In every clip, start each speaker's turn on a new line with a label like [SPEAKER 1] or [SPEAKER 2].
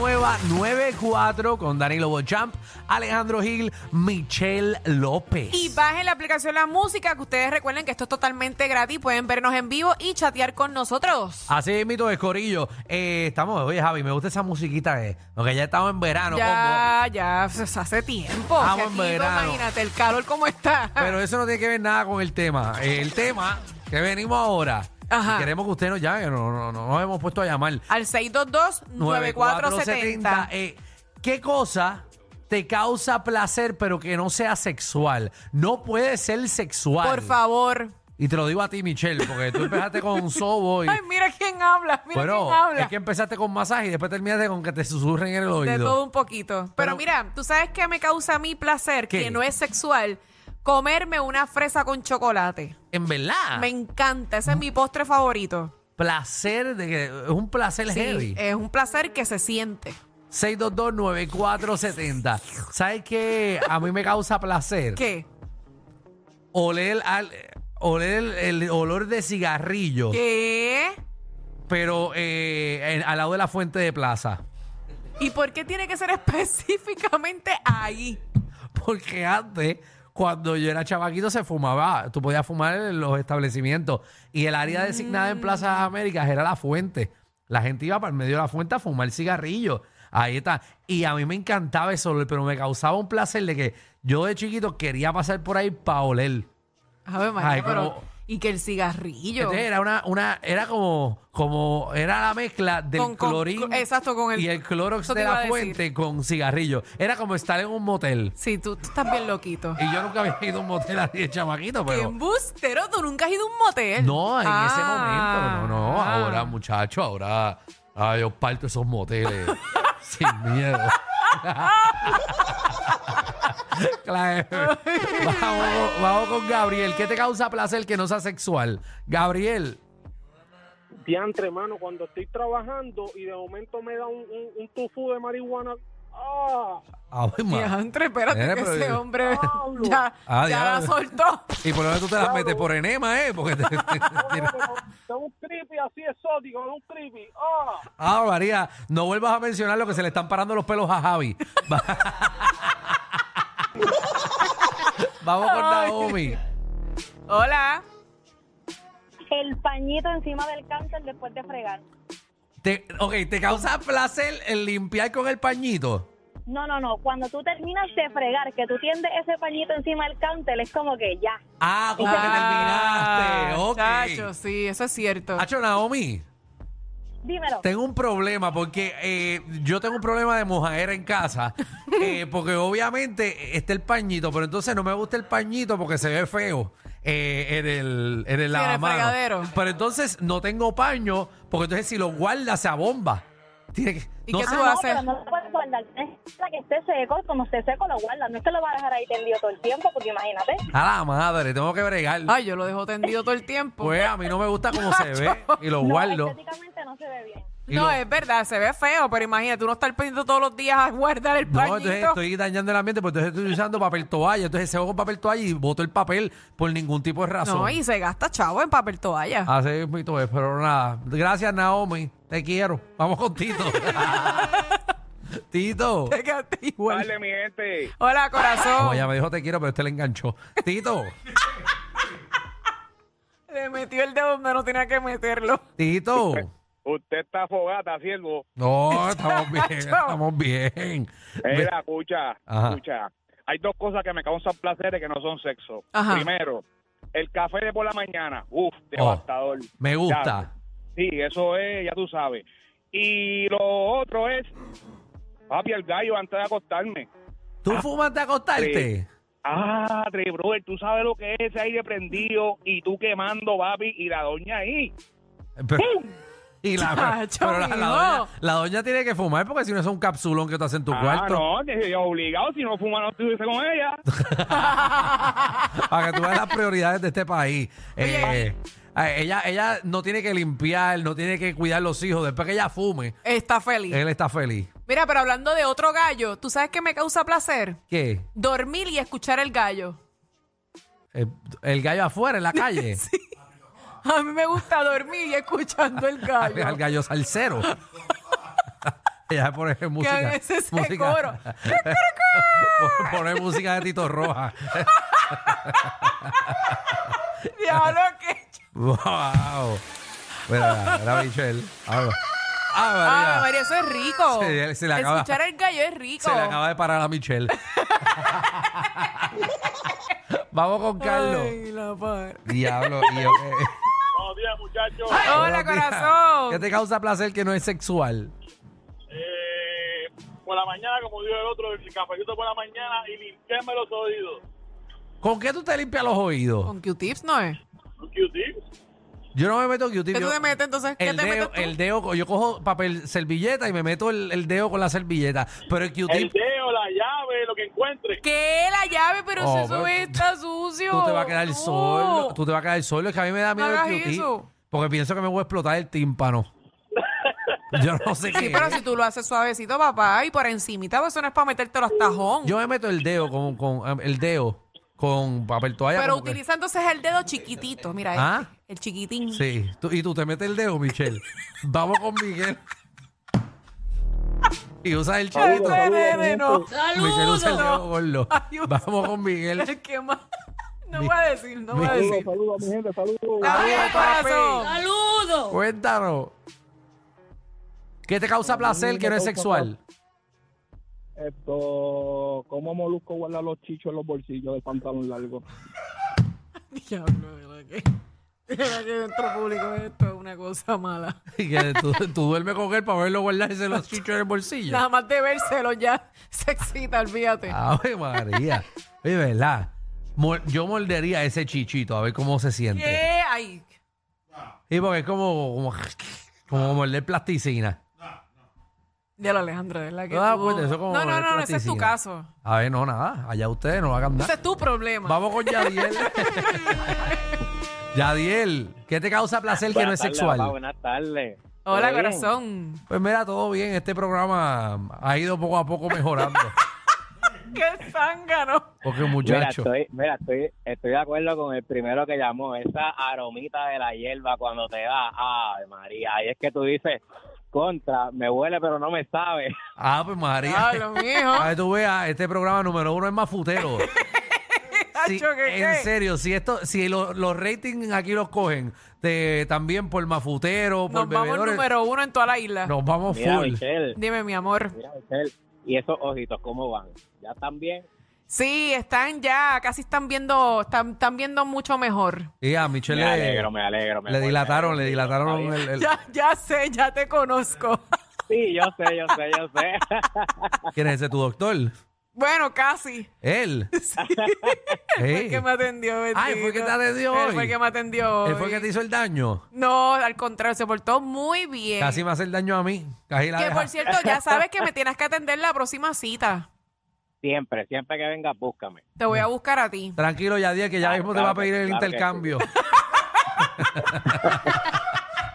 [SPEAKER 1] Nueva 94 con Danilo Bochamp, Alejandro Gil, Michelle López.
[SPEAKER 2] Y bajen la aplicación La Música, que ustedes recuerden que esto es totalmente gratis. Pueden vernos en vivo y chatear con nosotros.
[SPEAKER 1] Así es, mito de Corillo. Eh, estamos, oye, Javi, me gusta esa musiquita, eh, porque ya estamos en verano.
[SPEAKER 2] ya, ya, pues, hace tiempo.
[SPEAKER 1] Estamos
[SPEAKER 2] que
[SPEAKER 1] en
[SPEAKER 2] aquí,
[SPEAKER 1] verano. Pues,
[SPEAKER 2] Imagínate el calor como está.
[SPEAKER 1] combo. Pero eso no tiene que ver nada con el tema. Eh, El tema que venimos ahora.
[SPEAKER 2] Ajá.
[SPEAKER 1] y Queremos que ustedes nos llamen, no, no, no nos hemos puesto a llamar.
[SPEAKER 2] Al
[SPEAKER 1] 9470.
[SPEAKER 2] 622-9470.
[SPEAKER 1] Eh, ¿Qué cosa te causa placer pero que no sea sexual? No puede ser sexual.
[SPEAKER 2] Por favor.
[SPEAKER 1] Y te lo digo a ti, Michelle, porque tú empezaste con un sobo y...
[SPEAKER 2] Ay, mira quién habla, mira
[SPEAKER 1] Bueno,
[SPEAKER 2] quién habla.
[SPEAKER 1] es que empezaste con masaje y después terminaste con que te susurren en el
[SPEAKER 2] De
[SPEAKER 1] oído.
[SPEAKER 2] todo un poquito. Pero,
[SPEAKER 1] Pero-
[SPEAKER 2] mira, ¿tú sabes qué me causa a mí placer?
[SPEAKER 1] ¿Qué?
[SPEAKER 2] Que no es sexual. Comerme una fresa con chocolate.
[SPEAKER 1] En verdad,
[SPEAKER 2] Me encanta. Ese es mi postre favorito.
[SPEAKER 1] placer, de que, es un placer
[SPEAKER 2] Sí, eh.
[SPEAKER 1] heavy.
[SPEAKER 2] es un placer que se siente.
[SPEAKER 1] 6229470. ¿Sabes qué? A mí me causa placer.
[SPEAKER 2] ¿Qué?
[SPEAKER 1] Oler, al, oler el, el olor de cigarrillo,
[SPEAKER 2] ¿Qué?
[SPEAKER 1] pero eh, en- al lado de la fuente de plaza.
[SPEAKER 2] ¿Y por qué tiene que ser específicamente ahí?
[SPEAKER 1] Porque antes, cuando yo era chavaquito, se fumaba. Tú podías fumar en los establecimientos. Y el área designada en
[SPEAKER 2] Mm.
[SPEAKER 1] Plaza Américas era la fuente. La gente iba para el medio de la fuente a fumar cigarrillo. Ahí está. Y a mí me encantaba eso, pero me causaba un placer de que yo de chiquito quería pasar por ahí para oler.
[SPEAKER 2] A ver, María,
[SPEAKER 1] Ay, Este
[SPEAKER 2] pero...
[SPEAKER 1] como-
[SPEAKER 2] Y que el cigarrillo...
[SPEAKER 1] Entonces era una, una, era como, como, era la mezcla del
[SPEAKER 2] Con- con-
[SPEAKER 1] clorín
[SPEAKER 2] con- exacto, con el-
[SPEAKER 1] y el clorox
[SPEAKER 2] eso te
[SPEAKER 1] de
[SPEAKER 2] iba a
[SPEAKER 1] la
[SPEAKER 2] decir.
[SPEAKER 1] fuente con cigarrillo. Era como estar en un motel.
[SPEAKER 2] Sí, tú, tú estás bien loquito.
[SPEAKER 1] Y yo nunca había ido a un motel así de chamaquito,
[SPEAKER 2] ¡Qué
[SPEAKER 1] pero.
[SPEAKER 2] embustero! ¿Tú nunca has ido a un motel?
[SPEAKER 1] No, en ese
[SPEAKER 2] Ah.
[SPEAKER 1] momento, no, no.
[SPEAKER 2] Ah.
[SPEAKER 1] Ahora, muchacho, ahora ah, yo parto esos moteles sin miedo. Claro. vamos, vamos con Gabriel. ¿Qué te causa placer que no sea sexual? Gabriel,
[SPEAKER 3] Diantre, mano, cuando estoy trabajando y de momento me da un, un, un tufú de marihuana. ¡Ah!
[SPEAKER 1] ay, pues, ma.
[SPEAKER 2] Diantre, espérate
[SPEAKER 1] Mira,
[SPEAKER 2] que
[SPEAKER 1] pero-
[SPEAKER 2] ese hombre
[SPEAKER 3] Diablo.
[SPEAKER 2] ya,
[SPEAKER 1] Ah,
[SPEAKER 2] ya la
[SPEAKER 1] diablo.
[SPEAKER 2] soltó.
[SPEAKER 1] Y por lo menos tú te las metes por enema, ¿eh? Porque te, te- te-
[SPEAKER 3] ah, Pero da un creepy así exótico, da un creepy. ¡Ah!
[SPEAKER 1] Ah, María, no vuelvas a mencionar lo que se le están parando los pelos a Javi. Va- Vamos con Naomi.
[SPEAKER 2] Hola.
[SPEAKER 4] el pañito encima del cáncer después de fregar.
[SPEAKER 1] Te, ok, ¿te causa placer el limpiar con el pañito?
[SPEAKER 4] No, no, no. Cuando tú terminas de fregar, que tú tiendes ese pañito encima del cáncer, es como que ya.
[SPEAKER 1] Ah, como
[SPEAKER 2] Ah,
[SPEAKER 1] que terminaste.
[SPEAKER 2] chacho,
[SPEAKER 1] Ok.
[SPEAKER 2] sí, eso es cierto.
[SPEAKER 1] Hacho, Naomi,
[SPEAKER 4] Dímelo.
[SPEAKER 1] tengo un problema porque eh, yo tengo un problema de mojadera en casa. eh, porque obviamente está el pañito, pero entonces no me gusta el pañito porque se ve feo. eh, en el, en el
[SPEAKER 2] Sí, en el
[SPEAKER 1] lavamanos.
[SPEAKER 2] fregadero.
[SPEAKER 1] Pero entonces no tengo paño, porque entonces si lo guarda se abomba. Tiene que,
[SPEAKER 2] ¿Y
[SPEAKER 1] no
[SPEAKER 2] qué
[SPEAKER 1] sé-
[SPEAKER 2] tú
[SPEAKER 4] Ah, no,
[SPEAKER 2] haces?
[SPEAKER 4] pero no lo puedes guardar. Es la que esté seco, como esté seco lo guardas. No es que lo vas a dejar ahí tendido todo el tiempo, porque imagínate.
[SPEAKER 1] A la madre, tengo que bregar.
[SPEAKER 2] Ay, yo lo dejo tendido todo el tiempo.
[SPEAKER 1] Pues a mí no me gusta cómo se ve y lo
[SPEAKER 4] No,
[SPEAKER 1] guardo.
[SPEAKER 4] estéticamente no se ve bien.
[SPEAKER 1] y
[SPEAKER 2] no,
[SPEAKER 1] lo-
[SPEAKER 2] es verdad, se ve feo, pero imagínate, uno estar pendiente todos los días a guardar el
[SPEAKER 1] No,
[SPEAKER 2] pañito.
[SPEAKER 1] entonces estoy dañando el ambiente, porque entonces estoy usando papel toalla. Entonces se con papel toalla y boto el papel por ningún tipo de razón.
[SPEAKER 2] No, y se gasta chavo en papel toalla.
[SPEAKER 1] Así es, mi tobe, pero nada. Gracias, Naomi. Te quiero. Vamos con Tito. Tito.
[SPEAKER 2] Te gasta igual.
[SPEAKER 3] Dale, mi gente.
[SPEAKER 2] Hola, corazón.
[SPEAKER 1] Como ella me dijo te quiero, pero usted le enganchó. Tito,
[SPEAKER 2] Le metió el dedo donde no tenía que meterlo.
[SPEAKER 1] Tito.
[SPEAKER 3] Usted está fogata, siervo.
[SPEAKER 1] No, estamos bien, estamos bien.
[SPEAKER 3] Mira, eh, escucha,
[SPEAKER 1] Ajá.
[SPEAKER 3] escucha. Hay dos cosas que me causan placeres que no son sexo.
[SPEAKER 2] Ajá.
[SPEAKER 3] Primero, el café de por la mañana. Uf, devastador.
[SPEAKER 1] Me
[SPEAKER 3] Ya,
[SPEAKER 1] gusta.
[SPEAKER 3] Sí, eso es, ya tú sabes. Y lo otro es, papi, el gallo antes de acostarme.
[SPEAKER 1] ¿Tú fumas de acostarte?
[SPEAKER 3] Ah, Tre Brother, tú sabes lo que es ese aire prendido y tú quemando, papi, y la doña ahí.
[SPEAKER 1] Pero- Y
[SPEAKER 5] Ah,
[SPEAKER 1] la,
[SPEAKER 2] Chacho,
[SPEAKER 1] pero la, la
[SPEAKER 2] mijo.
[SPEAKER 1] doña, la doña tiene que fumar porque si no es un capsulón que te hace en tu
[SPEAKER 5] Ah,
[SPEAKER 1] cuarto.
[SPEAKER 5] no, que obligado, si no fuma no estuviese con ella.
[SPEAKER 1] Para que tú veas las prioridades de este país. Eh, eh, ella, ella no tiene que limpiar, no tiene que cuidar los hijos. Después que ella fume,
[SPEAKER 2] Está feliz.
[SPEAKER 1] él está feliz.
[SPEAKER 2] Mira, pero hablando de otro gallo, ¿tú sabes qué me causa placer?
[SPEAKER 1] ¿Qué?
[SPEAKER 2] Dormir y escuchar el gallo.
[SPEAKER 1] El, Eh, el gallo afuera en la calle.
[SPEAKER 2] A mí me gusta dormir y escuchando el
[SPEAKER 1] al, al
[SPEAKER 2] gallo.
[SPEAKER 1] gallo salsero. ella pone música.
[SPEAKER 2] haga ese- ese
[SPEAKER 1] música
[SPEAKER 2] coro.
[SPEAKER 1] pone música de Tito Roja.
[SPEAKER 2] Diablo, qué ch-
[SPEAKER 1] wow. Mira, era Michelle. Habla. Ah, María.
[SPEAKER 2] Ay, María, eso es rico.
[SPEAKER 1] Se- se le acaba-
[SPEAKER 2] Escuchar el gallo es rico.
[SPEAKER 1] Se le acaba de parar a Michelle. Vamos con Carlos.
[SPEAKER 2] Ay, la par-
[SPEAKER 1] Diablo. y yo- eh,
[SPEAKER 3] Buenos días, muchachos.
[SPEAKER 2] Hola,
[SPEAKER 1] buenos días.
[SPEAKER 2] corazón.
[SPEAKER 1] ¿Qué te causa placer que no es sexual?
[SPEAKER 3] Eh, por la mañana, como dijo el otro, el cafecito por la mañana y limpiarme los oídos.
[SPEAKER 1] ¿Con qué tú te limpias los oídos?
[SPEAKER 2] Con Q-tips no es.
[SPEAKER 3] Un Q-tip.
[SPEAKER 1] Yo no me meto q
[SPEAKER 2] ¿Qué tú te metes entonces? ¿Qué
[SPEAKER 1] el
[SPEAKER 2] te metes
[SPEAKER 1] dedo,
[SPEAKER 2] tú?
[SPEAKER 1] el dedo, co- yo cojo papel, servilleta y me meto el, el dedo con la servilleta. Pero el
[SPEAKER 3] El
[SPEAKER 1] Q-tip,
[SPEAKER 3] dedo, la llave, lo que encuentre.
[SPEAKER 2] ¿Qué? La llave, pero
[SPEAKER 1] Oh,
[SPEAKER 2] si eso
[SPEAKER 1] pero
[SPEAKER 2] está sucio.
[SPEAKER 1] tú te vas a quedar
[SPEAKER 2] No.
[SPEAKER 1] solo. Tú te vas a quedar solo. Es que a mí me da miedo
[SPEAKER 2] hagas
[SPEAKER 1] el Q-tip.
[SPEAKER 2] eso.
[SPEAKER 1] Porque pienso que me voy a explotar el tímpano. Yo no sé qué.
[SPEAKER 2] Sí, pero si tú lo haces suavecito, papá, y por encimita, pues eso no es para metértelo hasta tajón.
[SPEAKER 1] Yo me meto el dedo con, con um, el dedo con papel toalla.
[SPEAKER 2] pero
[SPEAKER 1] como que-
[SPEAKER 2] utiliza entonces el dedo chiquitito, mira, este,
[SPEAKER 1] ¿Ah?
[SPEAKER 2] el chiquitín.
[SPEAKER 1] Sí, tú- y tú te metes el dedo, Michelle. Vamos con Miguel. Y usas el
[SPEAKER 2] Ay,
[SPEAKER 1] chiquito.
[SPEAKER 2] nene, no.
[SPEAKER 1] Michelle usa el dedo
[SPEAKER 2] ¡Saludos!
[SPEAKER 1] gordo.
[SPEAKER 2] Ay, usa-
[SPEAKER 1] Vamos con Miguel.
[SPEAKER 2] Es que más- No
[SPEAKER 1] Mi-
[SPEAKER 2] voy a decir, no voy a
[SPEAKER 3] Saludos,
[SPEAKER 2] decir.
[SPEAKER 3] saludos, mi gente, saludos.
[SPEAKER 2] Ay, corazón.
[SPEAKER 1] Cuéntanos. ¿Qué te causa placer que no es sexual?
[SPEAKER 3] Esto, ¿cómo Molusco guarda los chichos en los bolsillos del pantalón largo?
[SPEAKER 2] Diablo, de verdad que- de verdad que dentro público esto es una cosa mala.
[SPEAKER 1] Y que tú, tú duermes con él para verlo guardarse los chichos en el bolsillo.
[SPEAKER 2] Nada más de vérselo ya se excita, olvídate.
[SPEAKER 1] Ave María. Oye, ¿verdad? Mol- Yo mordería ese chichito a ver cómo se siente.
[SPEAKER 2] ¿Qué? Ay,
[SPEAKER 1] Y porque es como, como, como morder plasticina.
[SPEAKER 2] ya lo Alejandro, de verdad que
[SPEAKER 1] ¿Te has dado
[SPEAKER 2] tú-
[SPEAKER 1] cuenta? ah, pues, Eso es como
[SPEAKER 2] No, no,
[SPEAKER 1] de
[SPEAKER 2] no, no, ese es tu
[SPEAKER 1] plasticina.
[SPEAKER 2] caso.
[SPEAKER 1] A ver, no, nada. Allá ustedes no hagan
[SPEAKER 2] Ese
[SPEAKER 1] nada.
[SPEAKER 2] es tu problema.
[SPEAKER 1] Vamos con Yadiel. Yadiel, ¿qué te causa placer que no es sexual?
[SPEAKER 6] buenas tardes.
[SPEAKER 2] Hola,
[SPEAKER 6] ¿Todo bien?
[SPEAKER 2] corazón.
[SPEAKER 1] Pues mira, todo bien. Este programa ha ido poco a poco mejorando.
[SPEAKER 2] ¡Qué zángano!
[SPEAKER 1] Porque
[SPEAKER 6] Mira,
[SPEAKER 1] muchacho.
[SPEAKER 6] estoy, mira estoy, estoy de acuerdo con el primero que llamó, esa aromita de la hierba cuando te da, ay María, ahí es que tú dices, contra, me huele pero no me sabe.
[SPEAKER 1] Ah, pues María.
[SPEAKER 2] ¡Diablo, mijo!
[SPEAKER 1] A ver, tú veas, este programa número uno es más futero. Sí,
[SPEAKER 2] Hacho, ¿qué,
[SPEAKER 1] en
[SPEAKER 2] qué?
[SPEAKER 1] serio, si esto, si lo- los ratings aquí los cogen, de, también por mafutero, por
[SPEAKER 2] Nos vamos
[SPEAKER 1] bebedores,
[SPEAKER 2] número uno en toda la isla.
[SPEAKER 1] nos vamos
[SPEAKER 6] Mira
[SPEAKER 1] full.
[SPEAKER 6] Michelle,
[SPEAKER 2] Dime, mi amor.
[SPEAKER 6] mira Michelle, y esos ojitos, ¿cómo van? ¿Ya están bien?
[SPEAKER 2] Sí, están ya, casi están viendo, están, están viendo mucho mejor.
[SPEAKER 1] Y a Michelle
[SPEAKER 6] Me
[SPEAKER 1] le-
[SPEAKER 6] alegro, me alegro. me
[SPEAKER 1] le
[SPEAKER 6] voy,
[SPEAKER 1] dilataron,
[SPEAKER 6] me
[SPEAKER 1] le
[SPEAKER 6] alegro.
[SPEAKER 1] dilataron
[SPEAKER 6] Está bien.
[SPEAKER 1] el- el-
[SPEAKER 2] Ya, ya sé, ya te conozco.
[SPEAKER 6] Sí, yo sé, yo sé, yo sé.
[SPEAKER 1] ¿Quién es ese tu doctor?
[SPEAKER 2] Bueno, casi.
[SPEAKER 1] Él.
[SPEAKER 2] Fue el que me atendió.
[SPEAKER 1] Ay, fue
[SPEAKER 2] bendito.
[SPEAKER 1] que te atendió
[SPEAKER 2] Él
[SPEAKER 1] hoy.
[SPEAKER 2] fue el que me atendió.
[SPEAKER 1] Él fue el
[SPEAKER 2] hoy.
[SPEAKER 1] que te hizo el daño.
[SPEAKER 2] No, al contrario, se portó muy bien.
[SPEAKER 1] Casi me hace el daño a mí. Casi la
[SPEAKER 2] que
[SPEAKER 1] deja.
[SPEAKER 2] por cierto, ya sabes que me tienes que atender la próxima cita.
[SPEAKER 6] siempre, siempre que vengas, búscame.
[SPEAKER 2] Te voy a buscar a ti.
[SPEAKER 1] Tranquilo, Yadier, que ya
[SPEAKER 6] Claro,
[SPEAKER 1] mismo te
[SPEAKER 6] claro
[SPEAKER 1] va a pedir
[SPEAKER 6] que-
[SPEAKER 1] el
[SPEAKER 6] claro que sí.
[SPEAKER 1] intercambio.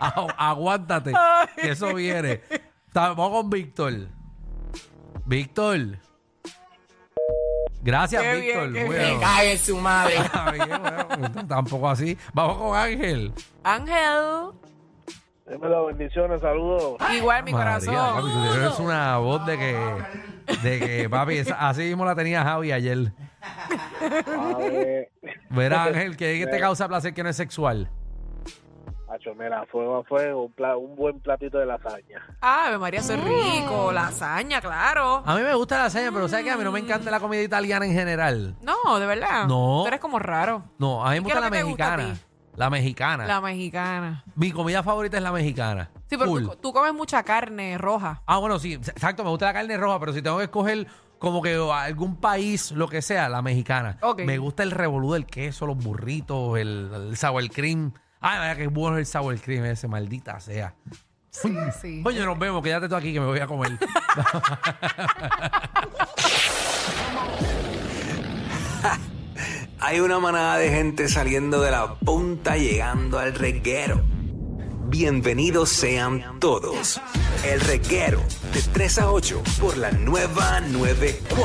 [SPEAKER 1] Au- Aguántate, que eso viene. Ta- Vamos con Víctor. Víctor. Gracias,
[SPEAKER 2] Qué bien,
[SPEAKER 1] Víctor.
[SPEAKER 2] qué
[SPEAKER 1] Bueno.
[SPEAKER 2] bien.
[SPEAKER 1] Está bien, bueno, tampoco así. Vamos con Ángel.
[SPEAKER 2] Ángel.
[SPEAKER 3] Deme las bendiciones, saludos.
[SPEAKER 2] Igual, mi
[SPEAKER 1] María, papi,
[SPEAKER 2] corazón.
[SPEAKER 1] tú tienes una voz de que, de que papi, esa- así mismo la tenía Javi ayer.
[SPEAKER 3] A ver,
[SPEAKER 1] Verá, Ángel, que te causa placer que no es sexual.
[SPEAKER 3] macho, mira, fuego a fuego, un, pla- un buen platito de lasaña.
[SPEAKER 2] Ah, Ave María, eso es rico. Lasaña, claro.
[SPEAKER 1] A mí me gusta la lasaña, pero ¿sabes qué? A mí no
[SPEAKER 2] Ah.
[SPEAKER 1] me encanta la comida italiana en general.
[SPEAKER 2] No, de verdad.
[SPEAKER 1] No.
[SPEAKER 2] Tú eres como raro.
[SPEAKER 1] No, a mí me
[SPEAKER 2] ¿Y qué
[SPEAKER 1] gusta
[SPEAKER 2] es lo
[SPEAKER 1] la
[SPEAKER 2] que te gusta a
[SPEAKER 1] mexicana.
[SPEAKER 2] ti?
[SPEAKER 1] la mexicana.
[SPEAKER 2] La mexicana.
[SPEAKER 1] Mi comida favorita es la mexicana.
[SPEAKER 2] Sí, pero
[SPEAKER 1] Full.
[SPEAKER 2] tú, tú comes mucha carne roja.
[SPEAKER 1] Ah, bueno, sí, exacto, me gusta la carne roja, pero si tengo que escoger como que algún país, lo que sea, la mexicana.
[SPEAKER 2] Ok.
[SPEAKER 1] Me gusta el revolú del queso, los burritos, el, el sour cream. Ay, vaya que bueno el sour cream ese, maldita sea.
[SPEAKER 2] Sí, sí.
[SPEAKER 1] Coño, nos vemos, quédate tú aquí que me voy a comer.
[SPEAKER 7] Hay una manada de gente saliendo de la punta llegando al reguero. Bienvenidos sean todos. El reguero de 3 a 8 por la nueva 94.